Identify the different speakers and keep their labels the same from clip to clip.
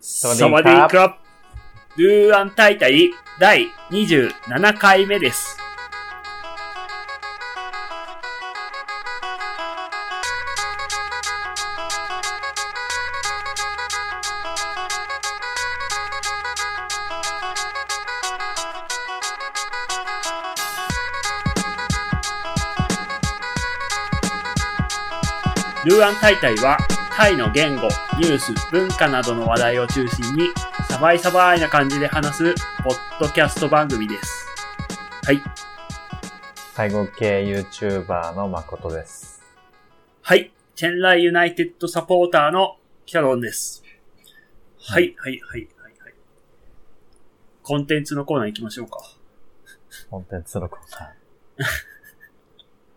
Speaker 1: サワディークラブルーアン大会第27回目です。ルーアン大会はタイの言語、ニュース、文化などの話題を中心に、サバイサバイな感じで話す、ポッドキャスト番組です。はい。
Speaker 2: 介護系 YouTuber の誠です。
Speaker 1: はい。チェンライユナイテッドサポーターのキャロンです。はい、はい、はい、はい、はい。コンテンツのコーナー行きましょうか。
Speaker 2: コンテンツのコー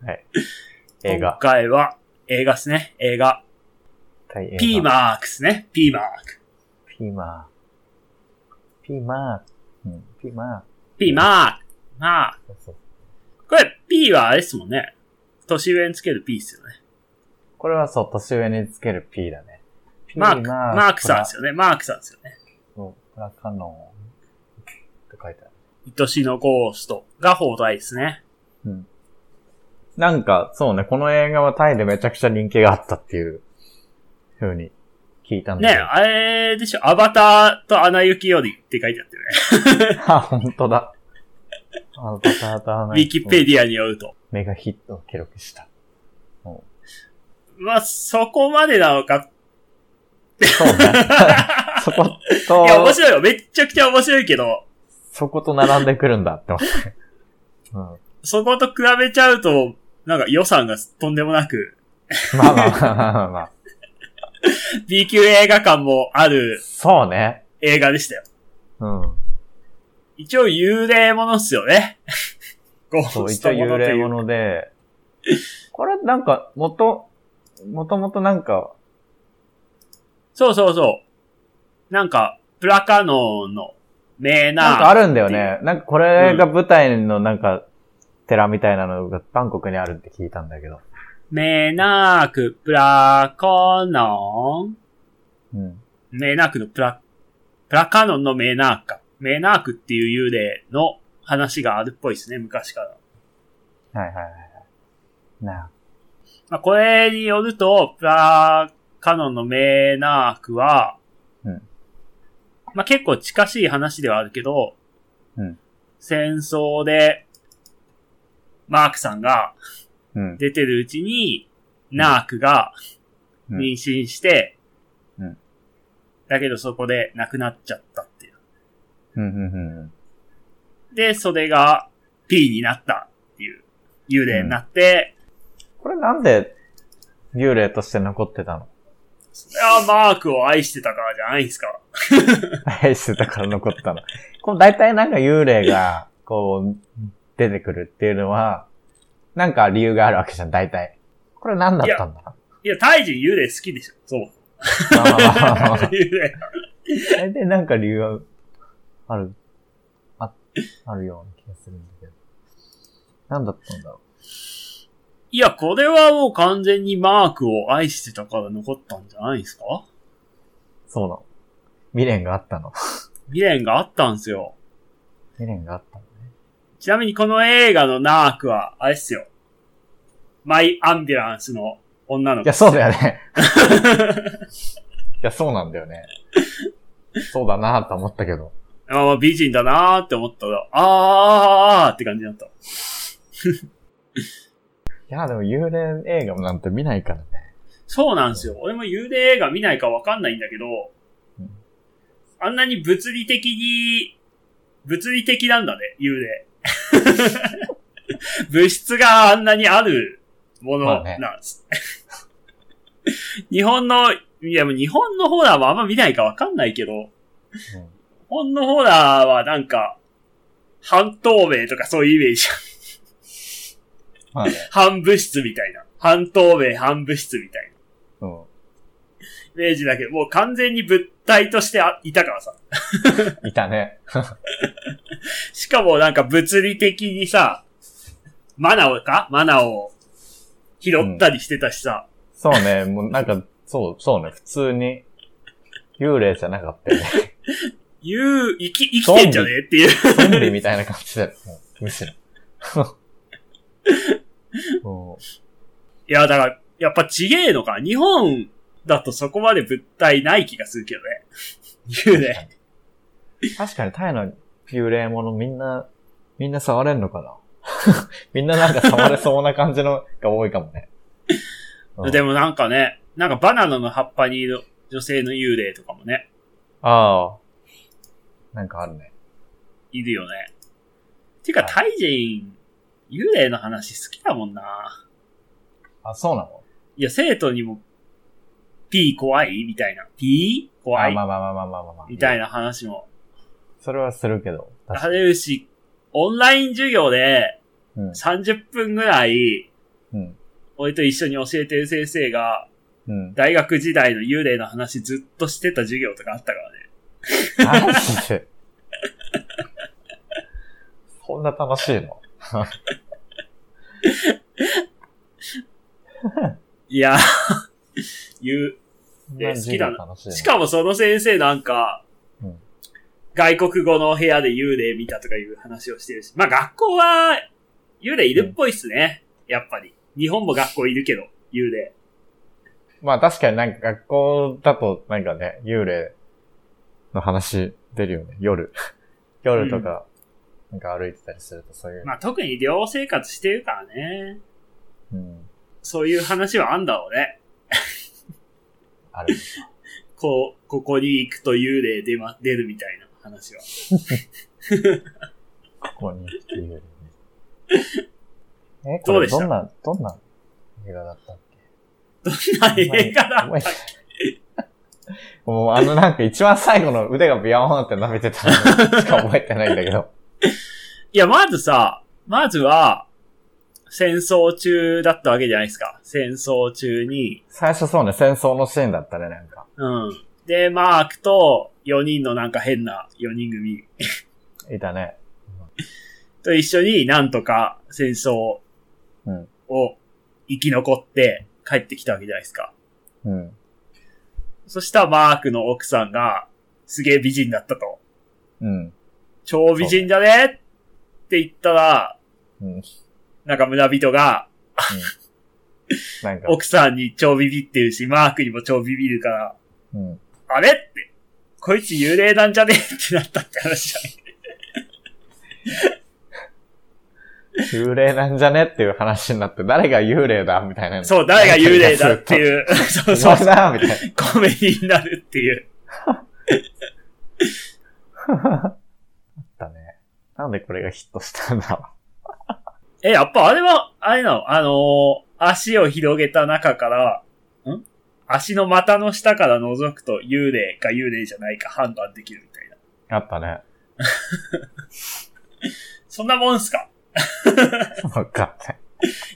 Speaker 2: ナ ー。はい。映画
Speaker 1: 今。回は、映画ですね。映画。P
Speaker 2: ー。
Speaker 1: マークですね。P マーク。
Speaker 2: ピーマー。ピーマー。うん、ピーマ
Speaker 1: P マーク。まあ、
Speaker 2: ーそうそう。
Speaker 1: これ P はあれですもんね。年上につける P ですよね。
Speaker 2: これはそう、年上につける P だね。P
Speaker 1: マーク、マークさんです
Speaker 2: よ。
Speaker 1: よね。マークさんですよね。
Speaker 2: プラプラカノンって書いてある。
Speaker 1: 愛しのゴーストが放題ですね。
Speaker 2: うん。なんか、そうね、この映画はタイでめちゃくちゃ人気があったっていう風に聞いたん
Speaker 1: ねえ、
Speaker 2: だけど。
Speaker 1: あれでしょ、アバターとアナ雪よりって書いてあってね。
Speaker 2: あ、本当だ。あの、バターター
Speaker 1: ウ
Speaker 2: ナイ
Speaker 1: ィ
Speaker 2: ト
Speaker 1: キペディアによると。
Speaker 2: メガヒットを記録した。
Speaker 1: まあ、そこまでなの か。
Speaker 2: そうね。そこ
Speaker 1: いや、面
Speaker 2: と、
Speaker 1: 白いよ。めっちゃくちゃ面白いけど、
Speaker 2: そこと並んでくるんだって思って。うん。
Speaker 1: そこと比べちゃうと、なんか予算がとんでもなく、
Speaker 2: まあまあまあまあまあまあ。
Speaker 1: B 級映画館もある
Speaker 2: そうね。
Speaker 1: 映画でしたよ。
Speaker 2: うん。
Speaker 1: 一応幽霊ものっすよね。 ゴ
Speaker 2: そ
Speaker 1: ー
Speaker 2: う、
Speaker 1: ス
Speaker 2: 一応
Speaker 1: トものと
Speaker 2: 幽霊
Speaker 1: いう
Speaker 2: もので、これなんか、もと、もともとなんか、
Speaker 1: そうそうそう。なんか、プラカノンの名な。
Speaker 2: なんかあるんだよね。なんかこれが舞台のなんか、寺みたいなのがバンコクにあるって聞いたんだけど。
Speaker 1: メナーク、プラカノン。
Speaker 2: うん。
Speaker 1: メナークのプラ、プラカノンのメナークか。メナークっていう幽霊の話があるっぽいですね、昔から。
Speaker 2: はいはいはいはい。な
Speaker 1: まあ、これによると、プラカノンのメナークは、
Speaker 2: うん
Speaker 1: まあ、結構近しい話ではあるけど、
Speaker 2: うん
Speaker 1: 戦争で、マークさんが
Speaker 2: うん。
Speaker 1: 出てるうちに、ナークが
Speaker 2: うん
Speaker 1: 妊娠して、
Speaker 2: うん
Speaker 1: だけどそこで亡くなっちゃったっていう。
Speaker 2: うんうんうんうん。
Speaker 1: で、それが P になったっていう、幽霊になって、
Speaker 2: これなんで、幽霊として残ってたの
Speaker 1: それはマークを愛してたからじゃないですか。
Speaker 2: 愛してたから残ったの。こう、大体なんか幽霊が、こう、出てくるっていうのは、なんか理由があるわけじゃん、大体。これ何だったんだ
Speaker 1: いや、タイ人幽霊好きでしょ。 そう。
Speaker 2: まあまあまあまあまあ
Speaker 1: 幽霊。
Speaker 2: 大体なんか理由がある、あ、あるような気がするんだけど。何だったんだろ
Speaker 1: いや、これはもう完全にマークを愛してたから残ったんじゃないですか
Speaker 2: う。そうなの。未練があったの。
Speaker 1: 未練があったんですよ。
Speaker 2: 未練があったの。
Speaker 1: ちなみにこの映画のナークは、あれっすよ。マイ・アンビュランスの女の
Speaker 2: いや、
Speaker 1: 子。
Speaker 2: そうだよね。いや、そうなんだよね。そうだなと思ったけど。
Speaker 1: ああ、美人だなーって思ったら、あーあーあーって感じだった。
Speaker 2: いや、でも幽霊映画なんて見ないからね。
Speaker 1: そうなんですよ。俺も幽霊映画見ないかわかんないんだけど
Speaker 2: うん、
Speaker 1: あんなに物理的に、物理的なんだね、幽 霊。物質があんなにあるも
Speaker 2: まあ
Speaker 1: の
Speaker 2: ね
Speaker 1: なんです。日本の、いやもう日本のホラーもあんま見ないかわかんないけど、
Speaker 2: うん
Speaker 1: 日本のホラーはなんか、半透明とかそういうイメージ。
Speaker 2: まあね。
Speaker 1: 半物質みたいな。半透明、半物質みたいな。
Speaker 2: う
Speaker 1: イ
Speaker 2: ん。
Speaker 1: メージだけど、もう完全に物体としてあいたからさ。
Speaker 2: いたね。
Speaker 1: しかもなんか物理的にさ、マナをかマナを拾ったりしてたしさ、
Speaker 2: そうね。もうなんか、そう、そうね。普通に、幽霊じゃなかったよね。
Speaker 1: 言う、生き、生きてんじゃねえっていう。
Speaker 2: ゾンビみたいな感じだよ。もうむしろ。 も
Speaker 1: いや、だから、やっぱちげえのか。日本だとそこまで物体ない気がするけどね。幽霊。
Speaker 2: う確かにタイの幽霊ものみんな、みんな触れんのかな みんななんか触れそうな感じのが多いかもね。うん
Speaker 1: でもなんかね、なんかバナナの葉っぱにいる女性の幽霊とかもね、
Speaker 2: ああ。なんかあるね。
Speaker 1: いるよね。てか、タイ人、幽霊の話好きだもんな。
Speaker 2: あ、そうなの
Speaker 1: いや、生徒にも、ピー怖いみたいな。ピー怖
Speaker 2: あ
Speaker 1: い
Speaker 2: まあまあまあまあまあまあ、まあ。
Speaker 1: みたいな話も。
Speaker 2: それはするけど。
Speaker 1: あ
Speaker 2: 確かに
Speaker 1: るし、オンライン授業で
Speaker 2: うん。
Speaker 1: 30分ぐらい、
Speaker 2: うん。
Speaker 1: 俺と一緒に教えてる先生が、
Speaker 2: うん。
Speaker 1: 大学時代の幽霊の話ずっとしてた授業とかあったからね。
Speaker 2: マジで。 そんな楽しいの
Speaker 1: い や、言
Speaker 2: そんな
Speaker 1: 好きだな。
Speaker 2: 授業楽しいうの
Speaker 1: しかもその先生なんか、
Speaker 2: うん
Speaker 1: 外国語の部屋で幽霊見たとかいう話をしてるし。まあ学校は幽霊いるっぽいっすね。やっぱり。日本も学校いるけど、幽霊。
Speaker 2: まあ確かになんか学校だとなんかね、幽霊の話出るよね。夜。 夜とか、なんか歩いてたりするとそういう。
Speaker 1: まあ特に寮生活してるからね。
Speaker 2: うん。
Speaker 1: そういう話はあんだろうね。
Speaker 2: ある。
Speaker 1: こう、ここに行くと幽霊出ま、出るみたいな話 は。
Speaker 2: ここにってい うよりね。え、
Speaker 1: ど
Speaker 2: こ
Speaker 1: うで
Speaker 2: れ
Speaker 1: した
Speaker 2: どんな、どんな映画だったっけ
Speaker 1: 映画だったっ
Speaker 2: け もうあのなんか一番最後の腕がビヨーンって伸びて たのしか覚えてないんだけど。
Speaker 1: いや、まずさ、まずは、戦争中だったわけじゃないですか。戦争中に。
Speaker 2: 最初そうね、戦争のシーンだったね、なんか。
Speaker 1: うん。で、マークと4人のなんか変な4人組
Speaker 2: いたね。
Speaker 1: と一緒になんとか戦争を
Speaker 2: うん
Speaker 1: 生き残って帰ってきたわけじゃないですか。
Speaker 2: うん。
Speaker 1: そしたらマークの奥さんがすげえ美人だったと。
Speaker 2: うん。
Speaker 1: 超美人だねって言ったら、
Speaker 2: うん。
Speaker 1: なんか村人が
Speaker 2: なんか。
Speaker 1: 奥さんに超ビビってるし、マークにも超ビビるから、
Speaker 2: うん。
Speaker 1: あれって、こいつ幽霊なんじゃねってなったって話じゃない
Speaker 2: 幽霊なんじゃねっていう話になって、誰が幽霊だみたいな。
Speaker 1: そう、誰が幽霊だっていう、 そう
Speaker 2: そ
Speaker 1: そうう、
Speaker 2: だみたい
Speaker 1: コメディになるっていう。
Speaker 2: な。あったね。なんでこれがヒットしたんだろ
Speaker 1: え、やっぱあれは、あれなのあのー足を広げた中から、ん足の股の下から覗くと幽霊か幽霊じゃないか判断できるみたいな。
Speaker 2: う。あったね。
Speaker 1: そんなもんすか
Speaker 2: わかんない。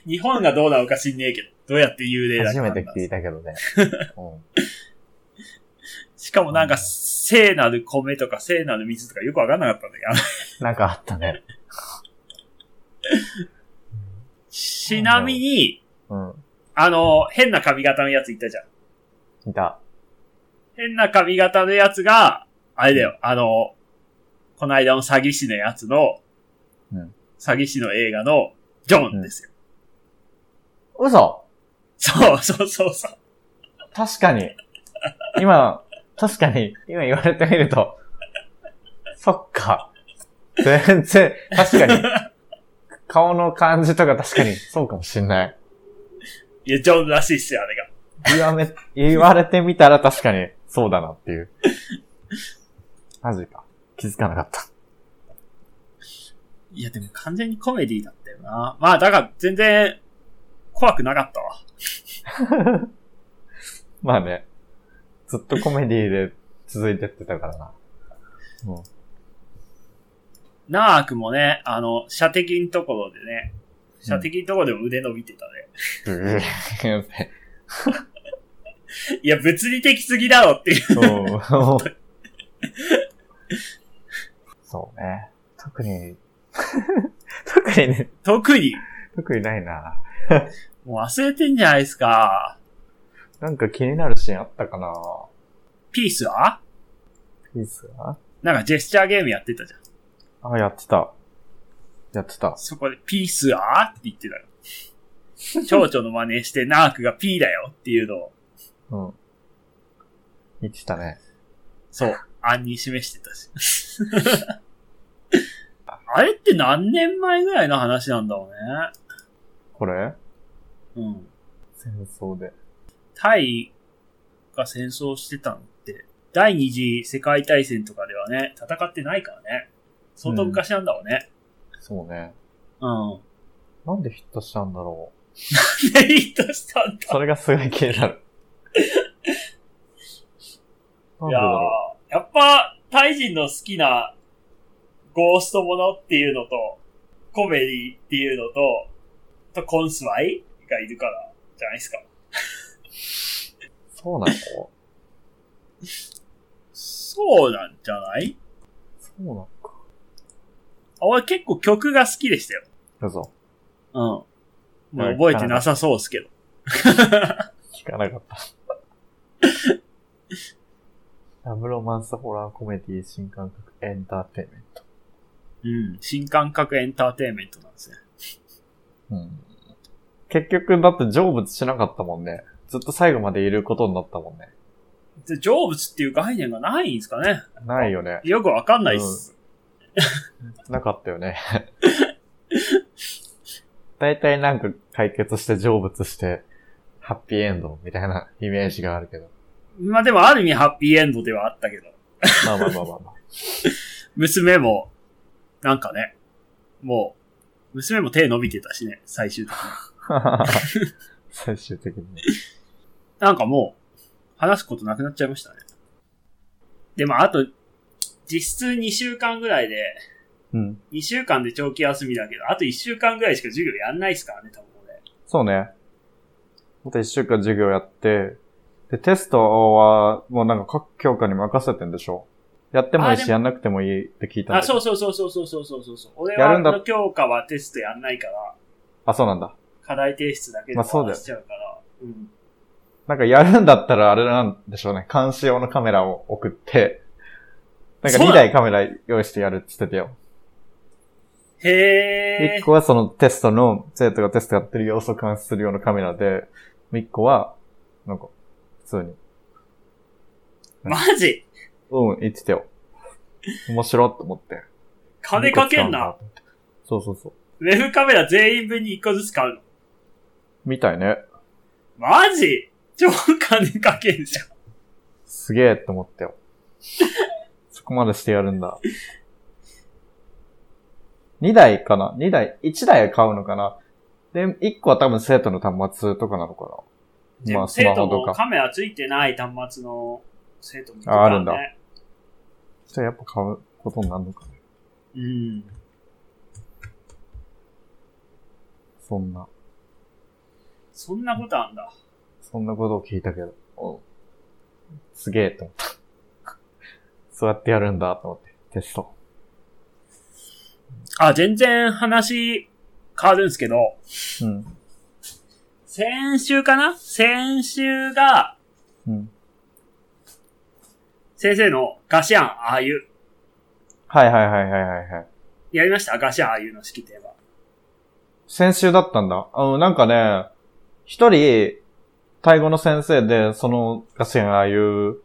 Speaker 1: 日本がどうなのか知んねえけど、どうやって幽霊だ
Speaker 2: 初
Speaker 1: か
Speaker 2: め
Speaker 1: 判
Speaker 2: て
Speaker 1: 断
Speaker 2: 聞いたけどね。うん
Speaker 1: しかもなんか、聖なる米とか聖なる水とかよくわかんなかったんだけど、あの
Speaker 2: なんかあったね。
Speaker 1: ちなみに、
Speaker 2: うん。
Speaker 1: あのー変な髪型のやついたじゃん。
Speaker 2: いた。
Speaker 1: 変な髪型のやつが、あれだよ、あの、この間の詐欺師のやつの、
Speaker 2: うん
Speaker 1: 詐欺師の映画の、ジョンですよ。
Speaker 2: 嘘
Speaker 1: そうそうそうそう。
Speaker 2: 確かに。今、確かに、今言われてみると。そっか。全然、確かに。顔の感じとか確かに、そうかもしんない。
Speaker 1: いや、ジョンらしいっすよ、あれが。
Speaker 2: 言わめ、言われてみたら確かに、そうだなっていう。マジか。気づかなかった。
Speaker 1: いや、でも完全にコメディだったよな。まあ、だから全然、怖くなかったわ。
Speaker 2: まあね。ずっとコメディで続いてってたからな。も
Speaker 1: ナークもね、あの、射的のところでね、射的のところでも腕伸びてたね。
Speaker 2: う、ブーって。
Speaker 1: いや、物理的すぎだろっていう。
Speaker 2: そうそうね。特に、 特にね、
Speaker 1: 特に、
Speaker 2: 特にないな。
Speaker 1: もう忘れてんじゃないですか。
Speaker 2: なんか気になるシーンあったかな
Speaker 1: ピースは
Speaker 2: ピースは
Speaker 1: なんかジェスチャーゲームやってたじゃん。
Speaker 2: あ、やってた。やってた。
Speaker 1: そこでピースはって言ってたよ。蝶々の真似してナークがピーだよっていうのを、
Speaker 2: うん。言ってたね。
Speaker 1: そう、暗に示してたし。 あれって何年前ぐらいの話なんだろ
Speaker 2: これ
Speaker 1: うね。うん。
Speaker 2: 戦争で。
Speaker 1: タイが戦争してたのって、第二次世界大戦とかではね、戦ってないからね。相当昔なんだろうね。
Speaker 2: そうね。
Speaker 1: うん。
Speaker 2: なんでヒットしたんだろう。
Speaker 1: デリートしたんだ。
Speaker 2: それがすごい気に なる。なん
Speaker 1: い
Speaker 2: で
Speaker 1: や
Speaker 2: だ
Speaker 1: ー
Speaker 2: ろ
Speaker 1: やっぱ、タイ人の好きなゴーストものっていうのと、コメディっていうのと、あとコンスワイがいるから、じゃないですか。
Speaker 2: う。そうなのそ
Speaker 1: そうなんじゃないう
Speaker 2: なのか。
Speaker 1: あ俺結構曲が好きでしたよ。
Speaker 2: 嘘。
Speaker 1: うん。もう覚えてなさそうですけど。
Speaker 2: 聞かな かった。ラブロマンスホラーコメディ新感覚エンターテインメント。
Speaker 1: うん。新感覚エンターテインメントなんですね。
Speaker 2: うん。結局、だって成仏しなかったもんね。ずっと最後までいることになったもんね。
Speaker 1: で、成仏っていう概念がないんですかね。
Speaker 2: ないよね。
Speaker 1: よくわかんないっす。
Speaker 2: なかったよね。 大体なんか解決して成仏して、ハッピーエンドみたいなイメージがあるけど。
Speaker 1: まあでもある意味ハッピーエンドではあったけど。
Speaker 2: まあまあまあまあまあ。
Speaker 1: 娘も、なんかね、もう、娘も手伸びてたしね、最終的に。
Speaker 2: 最終的にね。
Speaker 1: なんかもう、話すことなくなっちゃいましたね。で、まああと、実質2週間ぐらいで、
Speaker 2: うん。
Speaker 1: 2週間で長期休みだけど、あと1週間ぐらいしか授業やんないっすからね、多分俺。
Speaker 2: そうね。また一週間授業やって、で、テストは、もうなんか各教科に任せてんでしょやってもいい
Speaker 1: あ
Speaker 2: し、
Speaker 1: でも
Speaker 2: やんなくてもいいって聞いたんだ
Speaker 1: あ、
Speaker 2: けど
Speaker 1: そうそうそうそうそうそうそうそうそう。俺
Speaker 2: や
Speaker 1: は
Speaker 2: るんだ
Speaker 1: あの教科はテストやんないから、
Speaker 2: あ、そうなんだ。
Speaker 1: 課題提出だけで
Speaker 2: まあそうだよ
Speaker 1: しちゃうから。うん。
Speaker 2: なんかやるんだったらあれなんでしょうね。監視用のカメラを送って、なんか
Speaker 1: そうなの
Speaker 2: 2台カメラ用意してやるって言ってたよ。
Speaker 1: へ
Speaker 2: 1
Speaker 1: ー。
Speaker 2: 個はそのテストの、生徒がテストやってる様子を監視する用のカメラで、1個は、なんか、普通に、
Speaker 1: マジ
Speaker 2: うん、言ってたよ。面白いと思って。
Speaker 1: 金かけん
Speaker 2: な
Speaker 1: な。
Speaker 2: と思ってそうそうそう。
Speaker 1: ウェブカメラ全員分に1個ずつ買うの。
Speaker 2: みたいね。
Speaker 1: マジ超金かけんじゃん。
Speaker 2: すげえって思ったよ。 そこまでしてやるんだ。2台かな ?2 台、1台買うのかなで、1個は多分生徒の端末とかなのか
Speaker 1: で
Speaker 2: なま
Speaker 1: も
Speaker 2: あ、スマ
Speaker 1: 生徒
Speaker 2: ホと
Speaker 1: も
Speaker 2: か。
Speaker 1: カメラついてない端末の生徒もい
Speaker 2: ああるんだ
Speaker 1: からね
Speaker 2: じゃあやっぱ買うことになるのかな
Speaker 1: うん。
Speaker 2: そんな、
Speaker 1: そんなことあんだ。
Speaker 2: そんなことを聞いたけど。うんすげえって思った。 そうやってやるんだと思って、テスト。
Speaker 1: あ、全然話変わるんですけど、
Speaker 2: うん。
Speaker 1: 先週かな先週が、
Speaker 2: うん。
Speaker 1: 先生のガシアンああいう。
Speaker 2: はいはいはいはいはいはい。
Speaker 1: やりましたガシアンああいうの式典は。
Speaker 2: 先週だったんだ。あの、なんかね、一人、タイ語の先生で、その、ガシがああいう、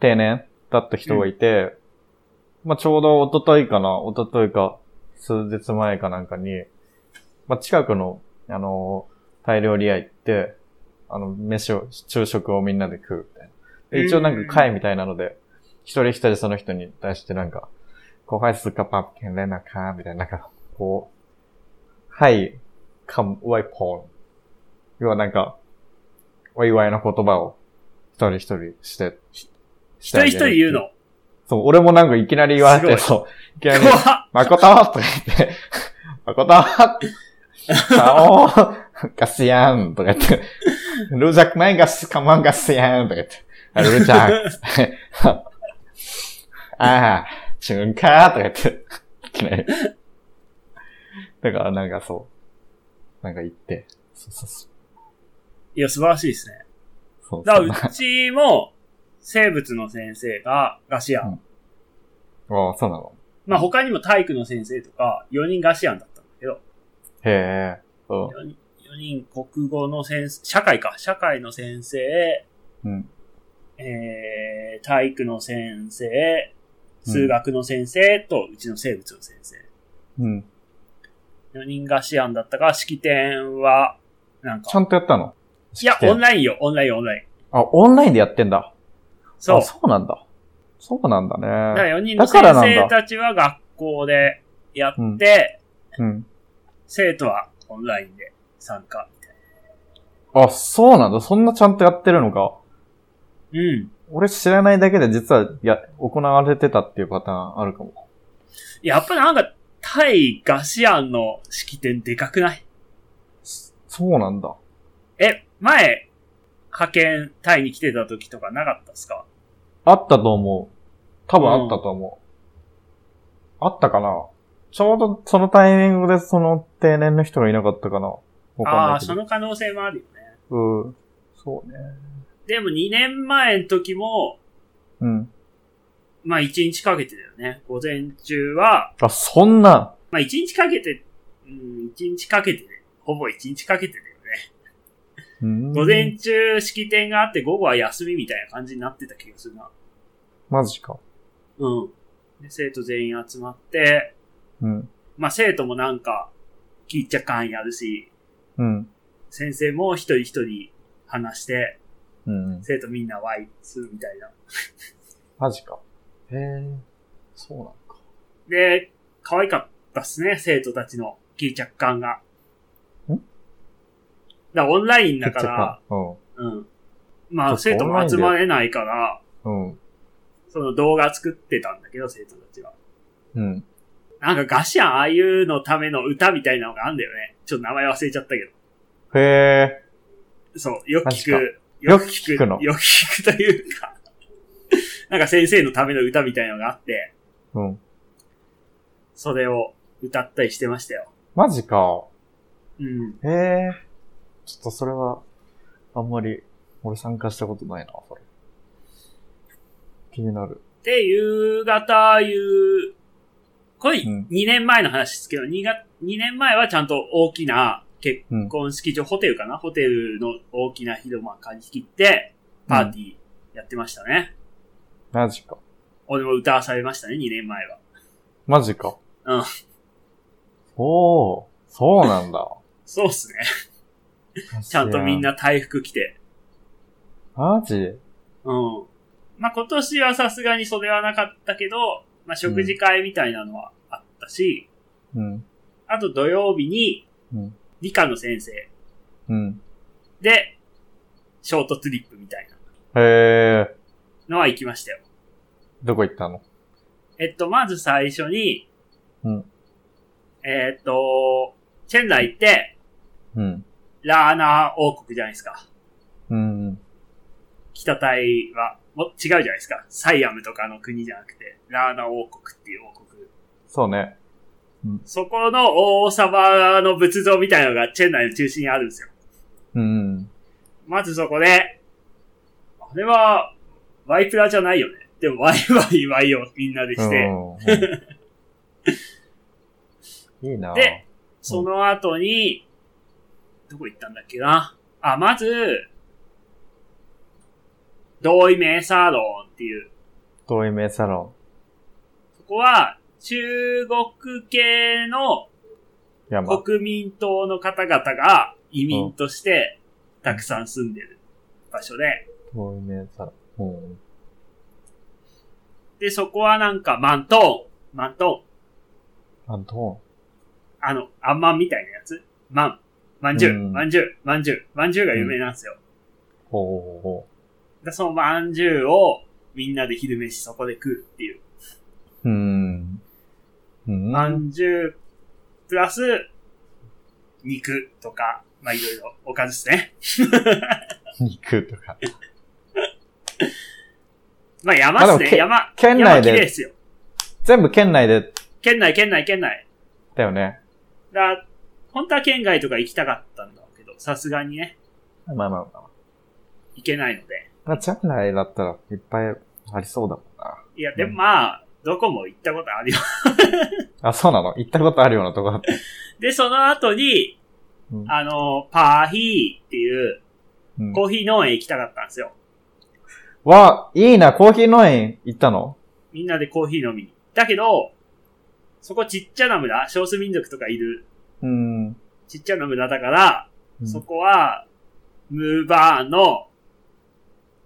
Speaker 2: 定年だった人がいて、まあ、ちょうど一昨日かな、一昨日か、数日前かなんかに、まあ、近くの、あの、タイ料理屋行って、あの、飯を、昼食をみんなで食うみたいな。で一応なんか会みたいなので、一人一人その人に対してなんか、後輩すかパッケンレナかみたいな、なんか、こう、はい、かん、ワイポン。要はなんか、お祝いの言葉を一人一人して、一
Speaker 1: 一人一人言うの。
Speaker 2: そう、俺もなんかいきなり言われて、
Speaker 1: す
Speaker 2: そう、いきなり、
Speaker 1: 怖っ
Speaker 2: 誠とか言って、誠顔ガスやんとか言って、ルージャックマインガス、カマンガスやんとか言って、あルージャックって、ああ、チュンかーとか言って、いきなり。だからなんかそう、なんか言って、そうそうそう。
Speaker 1: いや、素晴らしいですね。
Speaker 2: そう
Speaker 1: だか
Speaker 2: そう
Speaker 1: ら、うちも、生物の先生がガシアン。
Speaker 2: うんああ、そうなの。
Speaker 1: まあ他にも体育の先生とか、4人ガシアンだったんだけど、
Speaker 2: へえ。うん
Speaker 1: 4人、4人国語の先生、社会か、社会の先生、
Speaker 2: うん。
Speaker 1: えー、体育の先生、数学の先生と、うちの生物の先生。
Speaker 2: うん。
Speaker 1: 4人がシアンだったが、式典は、なん
Speaker 2: ちゃ
Speaker 1: か、
Speaker 2: んとやったの
Speaker 1: いや
Speaker 2: 式、典
Speaker 1: オンラインよ、オンライン、オンライン。
Speaker 2: あ、オンラインでやってんだ。
Speaker 1: そう
Speaker 2: あ。そうなんだ。そうなんだ
Speaker 1: だか
Speaker 2: ね。
Speaker 1: ら4人の
Speaker 2: だからなんだ
Speaker 1: 先生たちは学校でやって、
Speaker 2: うん。
Speaker 1: 生徒はオンラインで参加。
Speaker 2: あ、そうなんだ。そんなちゃんとやってるのか。
Speaker 1: うん。
Speaker 2: 俺知らないだけで実は、や、行われてたっていうパターンあるかも。
Speaker 1: やっぱなんか、対ガシアンの式典でかくない
Speaker 2: そうなんだ。
Speaker 1: え、前、派遣タイに来てた時とかなかったっすか
Speaker 2: あったと思う。多分あったと思う。あったかなちょうどそのタイミングでその定年の人がいなかったかなわか
Speaker 1: あ
Speaker 2: んな
Speaker 1: あ
Speaker 2: い
Speaker 1: ー、
Speaker 2: け
Speaker 1: そ
Speaker 2: ど。
Speaker 1: の可能性もあるよね。
Speaker 2: うん。そうね。
Speaker 1: でも2年前の時も、
Speaker 2: うん。
Speaker 1: まあ1日かけてだよね。午前中は、
Speaker 2: あ、そんな、
Speaker 1: まあ、一日かけて、うん、一日かけてね。ほぼ一日かけてだよね。
Speaker 2: うん
Speaker 1: 午前中式典があって、午後は休みみたいな感じになってた気がするな。
Speaker 2: マジか。
Speaker 1: うん。で、生徒全員集まって、
Speaker 2: うん。
Speaker 1: まあ、生徒もなんか、聞いちゃ感やるし、
Speaker 2: うん。
Speaker 1: 先生も一人一人話して、
Speaker 2: うん。
Speaker 1: 生徒みんなワイするみたいな。
Speaker 2: マジか。へえ。そうなのか。
Speaker 1: で、可愛かったっすね、生徒たちの聞いちゃ感が。だ
Speaker 2: ん
Speaker 1: からオンラインだか
Speaker 2: めっちゃ
Speaker 1: ら、。
Speaker 2: う
Speaker 1: うん。まあ、
Speaker 2: そっ
Speaker 1: 生
Speaker 2: か
Speaker 1: 徒も集まれないから、
Speaker 2: ん。うん。
Speaker 1: その動画作ってたんだけど、生徒たちは。
Speaker 2: うん。
Speaker 1: なんかガシャンああいうのための歌みたいなのがあんだよね。ちょっと名前忘れちゃったけ
Speaker 2: へえ。
Speaker 1: ど。そう、よく聞く。
Speaker 2: 確
Speaker 1: よく聞
Speaker 2: よく聞くの
Speaker 1: よく聞くというか。なんか先生のための歌みたいなのがあって、
Speaker 2: うん。
Speaker 1: それを歌ったりしてましたよ。
Speaker 2: マジか。
Speaker 1: うん。
Speaker 2: へえ。ちょっとそれは、あんまり、俺参加したことないな、それ。気になる。
Speaker 1: で、夕方、夕、これ
Speaker 2: うん
Speaker 1: 2年前の話ですけど、2, が2年前はちゃんと大きな結
Speaker 2: うん。
Speaker 1: 婚式場、ホテルかなホテルの大きな広間借り切って、パーティーやってましたね。
Speaker 2: マジか。
Speaker 1: 俺も歌わされましたね、2年前は。
Speaker 2: マジか。
Speaker 1: うん。
Speaker 2: おー、そうなんだ。
Speaker 1: そうっすね。 ちゃんとみん。な大服着て。
Speaker 2: マジ
Speaker 1: うん。まあ、今年はさすがにそれはなかったけど、まあ、食事会みたいなのはあったし、
Speaker 2: うん。
Speaker 1: あと土曜日に
Speaker 2: うん。
Speaker 1: 理科の先生
Speaker 2: うん。
Speaker 1: で、ショートトリップみたい
Speaker 2: へえ。
Speaker 1: なのは行きましたよ。
Speaker 2: どこ行ったの
Speaker 1: えっと、まず最初に、
Speaker 2: うん
Speaker 1: えっと、チェンライって、
Speaker 2: うん。
Speaker 1: ラーナー王国じゃないですか。
Speaker 2: うん。
Speaker 1: 北タイは、も違うじゃないですか。サイアムとかの国じゃなくて、ラーナ王国っていう王国。
Speaker 2: そうね。
Speaker 1: そこの王様の仏像みたいなのがチェン内の中心にあるんですよ。
Speaker 2: うん。
Speaker 1: まずそこで、あれは、ワイプラじゃないよね。でもワイワイワイをみんなでして、
Speaker 2: うんうんいいな
Speaker 1: でその後に、どこ行ったんだっけな。あ、まず、同意名サロンっていう、
Speaker 2: 遠い名サロ
Speaker 1: そこは中国系の
Speaker 2: ン、山。
Speaker 1: 国民党の方々が移民としてたくさん住んでる場所で、
Speaker 2: 遠い名サロン。うん。
Speaker 1: で、そこはなんかマントーン、マントーン、
Speaker 2: あ、ど
Speaker 1: あの、あんまんみたいなやつ、マン、まんじゅ
Speaker 2: う
Speaker 1: う、
Speaker 2: ん
Speaker 1: まんじゅう、まんじゅう、まんじゅうが有名なんですよ。
Speaker 2: うほうほ
Speaker 1: で、そのまんじゅうをみんなで昼飯そこで食うっていう。
Speaker 2: う。うん。うん。
Speaker 1: まんじゅう、プラス、肉とか、まあいろいろおかずですね。
Speaker 2: 肉とか。
Speaker 1: まあ山です
Speaker 2: まあでも
Speaker 1: ね、
Speaker 2: け
Speaker 1: 山。
Speaker 2: 県内で
Speaker 1: 山綺麗ですよ。
Speaker 2: 全部県内で
Speaker 1: 県内、県内、県内。
Speaker 2: だよね。
Speaker 1: だ、本当は県外とか行きたかったんだけど、さすがにね、
Speaker 2: まあまあまあ。
Speaker 1: 行けないので。
Speaker 2: まあ、ジャンライだったらいっぱいありそうだもんな。
Speaker 1: いや、でもまあ、どこも行ったことあるよ。
Speaker 2: あ、そうなの行ったことあるようなとこだった。
Speaker 1: で、その後に、
Speaker 2: うん
Speaker 1: あの、パーヒーっていう
Speaker 2: うん、
Speaker 1: コーヒー農園行きたかったんですよ。
Speaker 2: わ、いいな、コーヒー農園行ったの
Speaker 1: みんなでコーヒー飲みに。だけど、そこちっちゃな村、少数民族とかいる
Speaker 2: うん。うん
Speaker 1: ちっちゃな村だから、そこは、ムーバーの、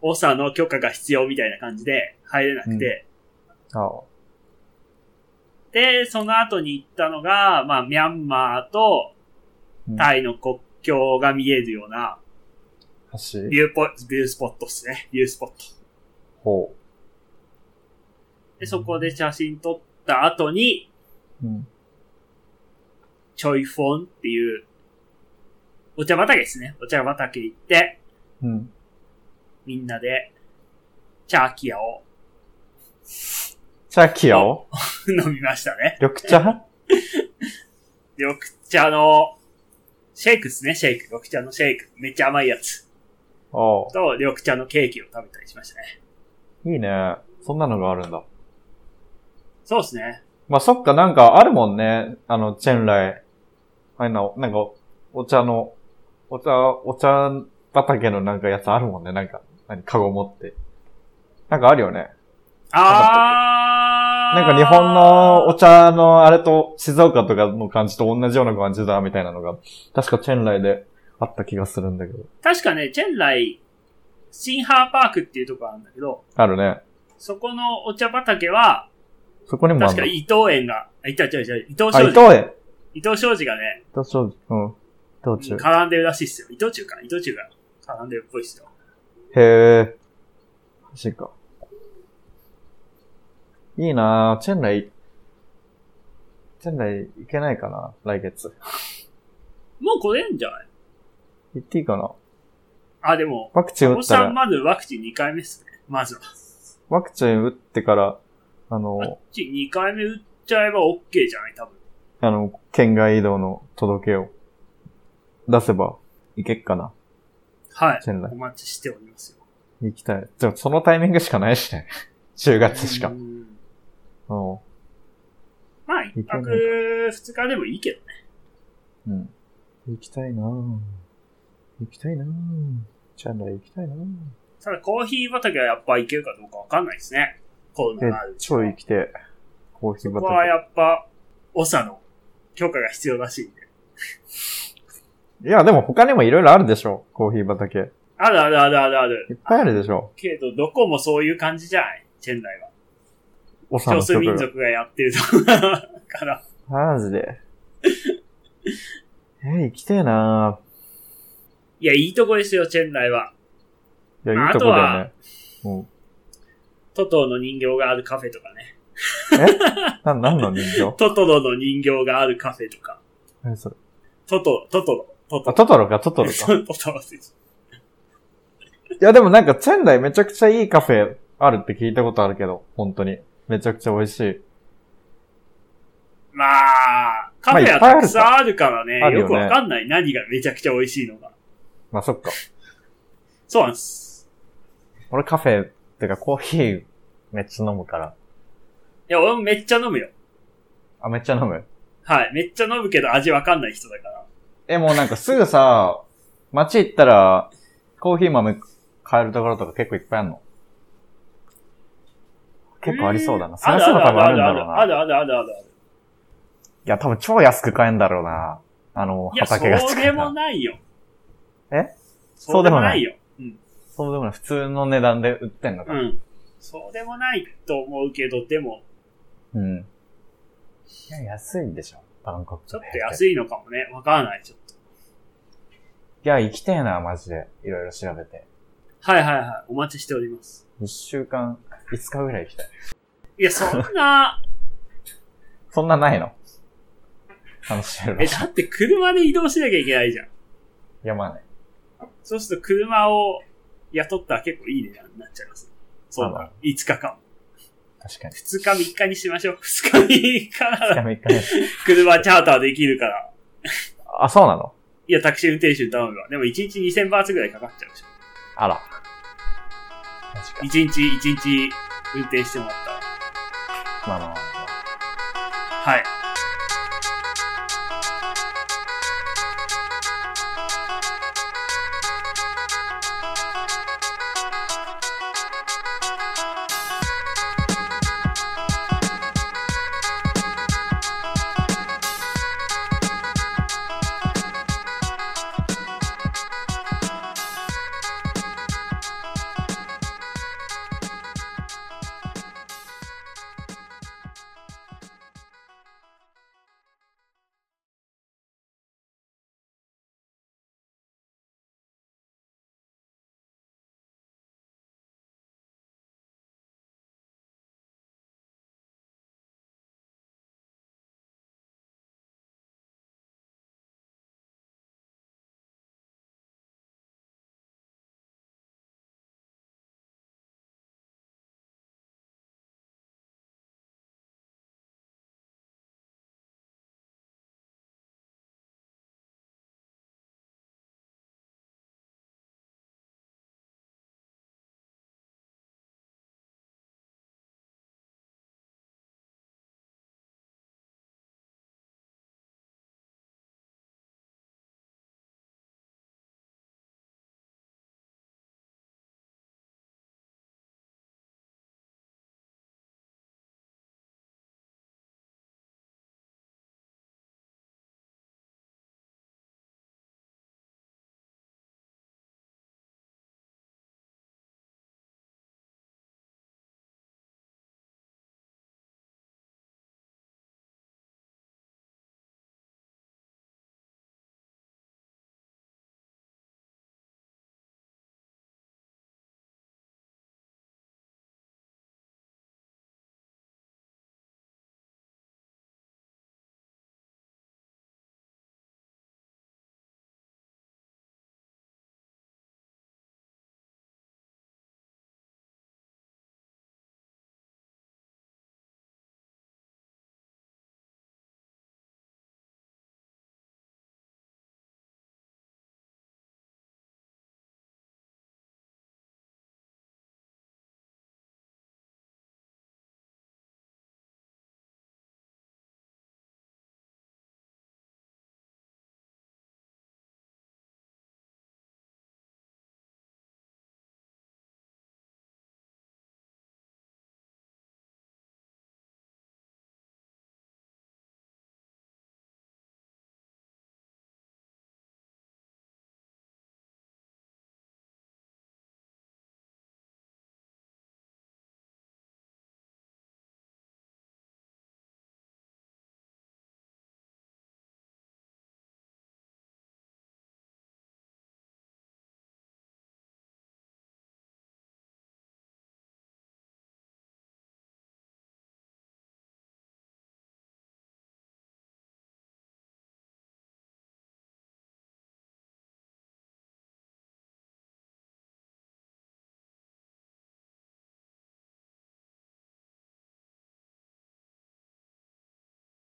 Speaker 1: 長の許可が必要みたいな感じで入れなくて、
Speaker 2: あ
Speaker 1: で、その後に行ったのが、まあ、ミャンマーと
Speaker 2: うん
Speaker 1: タイの国境が見えるような、
Speaker 2: 橋
Speaker 1: ビューポ、ビュースポットですね。ビュースポット。
Speaker 2: ほ
Speaker 1: で、そこで写真撮った後に、
Speaker 2: う。うん。
Speaker 1: チョイフォンっていう、お茶畑ですね。お茶畑行って、
Speaker 2: うん。
Speaker 1: みんなで、チャーキアを
Speaker 2: チャキオ
Speaker 1: 飲みましたね。
Speaker 2: 緑茶
Speaker 1: 緑茶の、シェイクですね、シェイク。緑茶のシェイク。めっちゃ甘いやつ。
Speaker 2: おう
Speaker 1: と、緑茶のケーキを食べたりしましたね。
Speaker 2: いいね。そんなのがあるんだ。
Speaker 1: そうですね。
Speaker 2: まあ、そっか、なんかあるもんね。あの、チェンライ。あれな、なんか、お茶の、お茶、お茶畑のなんかやつあるもんね。なんか、何、カゴ持って。なんかあるよね。
Speaker 1: あー。
Speaker 2: なんか日本のお茶のあれと静岡とかの感じと同じような感じだみたいなのが、確かチェンライであった気がするんだけど。
Speaker 1: 確かね、チェンライ、シンハーパークっていうとこあるんだけど、
Speaker 2: あるね。
Speaker 1: そこのお茶畑は、
Speaker 2: そこにもある
Speaker 1: 確
Speaker 2: の
Speaker 1: か伊藤園が、あ、いた、違う違う、伊藤
Speaker 2: あ、伊
Speaker 1: 商
Speaker 2: 藤
Speaker 1: 事。
Speaker 2: 園。
Speaker 1: 伊藤商事がね、
Speaker 2: 伊藤商事。うん。伊藤
Speaker 1: うん
Speaker 2: 忠。
Speaker 1: 絡んでるらしいっすよ。伊藤忠か。伊藤忠が絡んでるっぽいっすよ。
Speaker 2: へえ。マジか。いいなぁ。チェンライ、チェンライ行けないかな来月。
Speaker 1: もう来れんじゃない
Speaker 2: 行っていいかな
Speaker 1: あ、でも、
Speaker 2: ワクチン
Speaker 1: お
Speaker 2: 打
Speaker 1: 子
Speaker 2: った
Speaker 1: さん
Speaker 2: ら、
Speaker 1: まずワクチン2回目っすね。まずは。
Speaker 2: ワクチン打ってから、あ
Speaker 1: ワク
Speaker 2: の、
Speaker 1: チン2回目打っちゃえば OK じゃない多分。
Speaker 2: あの、県外移動の届けを出せば行けっかな
Speaker 1: はい。
Speaker 2: チェンライ
Speaker 1: お。待ちしておりますよ。
Speaker 2: 行きたい。でもそのタイミングしかないしね。10月しか
Speaker 1: う。ん
Speaker 2: うん。
Speaker 1: まあ、一泊二日でもいいけどね。
Speaker 2: うん。行きたいなぁ。行きたいなぁ。チャンライ行きたいなぁ。
Speaker 1: ただコーヒー畑はやっぱ行けるかどうかわかんないですね。コロナ
Speaker 2: で
Speaker 1: がある、う、ち
Speaker 2: 超行きて、コーヒー
Speaker 1: ここは
Speaker 2: 畑。
Speaker 1: やっぱ、長の許可が必要らしいんで。
Speaker 2: いや、でも他にもいろいろあるでしょ。コーヒー畑。
Speaker 1: あるあるあるあるある。
Speaker 2: いっぱいあるでしょ。
Speaker 1: けど、どこもそういう感じじゃないチェンライは。
Speaker 2: おさ
Speaker 1: 少
Speaker 2: の
Speaker 1: 数
Speaker 2: 人
Speaker 1: 民
Speaker 2: が。
Speaker 1: 族がやってるとこだから。
Speaker 2: マジで。 え、行きてえない
Speaker 1: や、いいとこですよ、チェンライは。
Speaker 2: ぁ。い
Speaker 1: ま
Speaker 2: や、
Speaker 1: あ
Speaker 2: いいとこだよね。うん。
Speaker 1: トトロの人形があるカフェとかね。
Speaker 2: な、なんの人
Speaker 1: トトロの人形があるカフェとか。
Speaker 2: 形え、それ。
Speaker 1: トトロ、トトロ、トトロ。
Speaker 2: あ、トトロか、トトロか。
Speaker 1: そうトトロです。
Speaker 2: いや、でもなんか、チェンダイめちゃくちゃいいカフェあるって聞いたことあるけど、本当に。めちゃくちゃ美味しい。
Speaker 1: まあ、カフェはたくさんあるからね、
Speaker 2: まあいっぱいある
Speaker 1: よく
Speaker 2: あるよね
Speaker 1: わかんない。何がめちゃくちゃ美味しいのか。
Speaker 2: まあ、そっか。
Speaker 1: そうなんです。
Speaker 2: 俺カフェ、ってかコーヒーめっちゃ飲むから。
Speaker 1: いや、俺もめっちゃ飲むよ。
Speaker 2: あ、めっちゃ飲む。
Speaker 1: はい。めっちゃ飲むけど味わかんない人だから。
Speaker 2: え、もうなんかすぐさ、街行ったら、コーヒー豆買えるところとか結構いっぱいあるの。結構ありそうだな。そういうの多分あるんだろうな。
Speaker 1: あ
Speaker 2: い
Speaker 1: るあるあるあるあるあるあるあるある。
Speaker 2: や、多分超安く買えんだろうな。あの、
Speaker 1: いや、
Speaker 2: 畑が
Speaker 1: そう
Speaker 2: 近
Speaker 1: で
Speaker 2: い
Speaker 1: も
Speaker 2: な。
Speaker 1: ないよ。
Speaker 2: え
Speaker 1: そうでもないよ。うん。
Speaker 2: そうでもない。普通の値段で売ってんのか。
Speaker 1: うん。そうでもないと思うけど、でも、
Speaker 2: うん。いや、安いでしょ。バンコク
Speaker 1: ちょっと
Speaker 2: い。
Speaker 1: 安いのかもね。わからない。ちょっと。
Speaker 2: いや、行きてえな、マジで。いろいろ調べて。
Speaker 1: はいはいはい。お待ちしております。
Speaker 2: 一週間、5日ぐらい行きたい。
Speaker 1: いや、そん な、
Speaker 2: そんなないの楽しめる
Speaker 1: え、
Speaker 2: 場所。
Speaker 1: だって車で移動しなきゃいけないじゃん。
Speaker 2: いや、まあね。
Speaker 1: そうすると車を雇ったら結構いい値段になっちゃいます。そう
Speaker 2: まあま
Speaker 1: だ。5日間。
Speaker 2: 確かに。
Speaker 1: 2日3日にしましょう。2日3日なら
Speaker 2: 2日目。
Speaker 1: 車チャーターできるから。
Speaker 2: あ、そうなの
Speaker 1: いや、タクシー運転手に頼むわ。でも1日2000バーツぐらいかかっちゃうでしょ。
Speaker 2: あら。
Speaker 1: 一日一日運転してもらった。
Speaker 2: まあまあまあ。
Speaker 1: はい。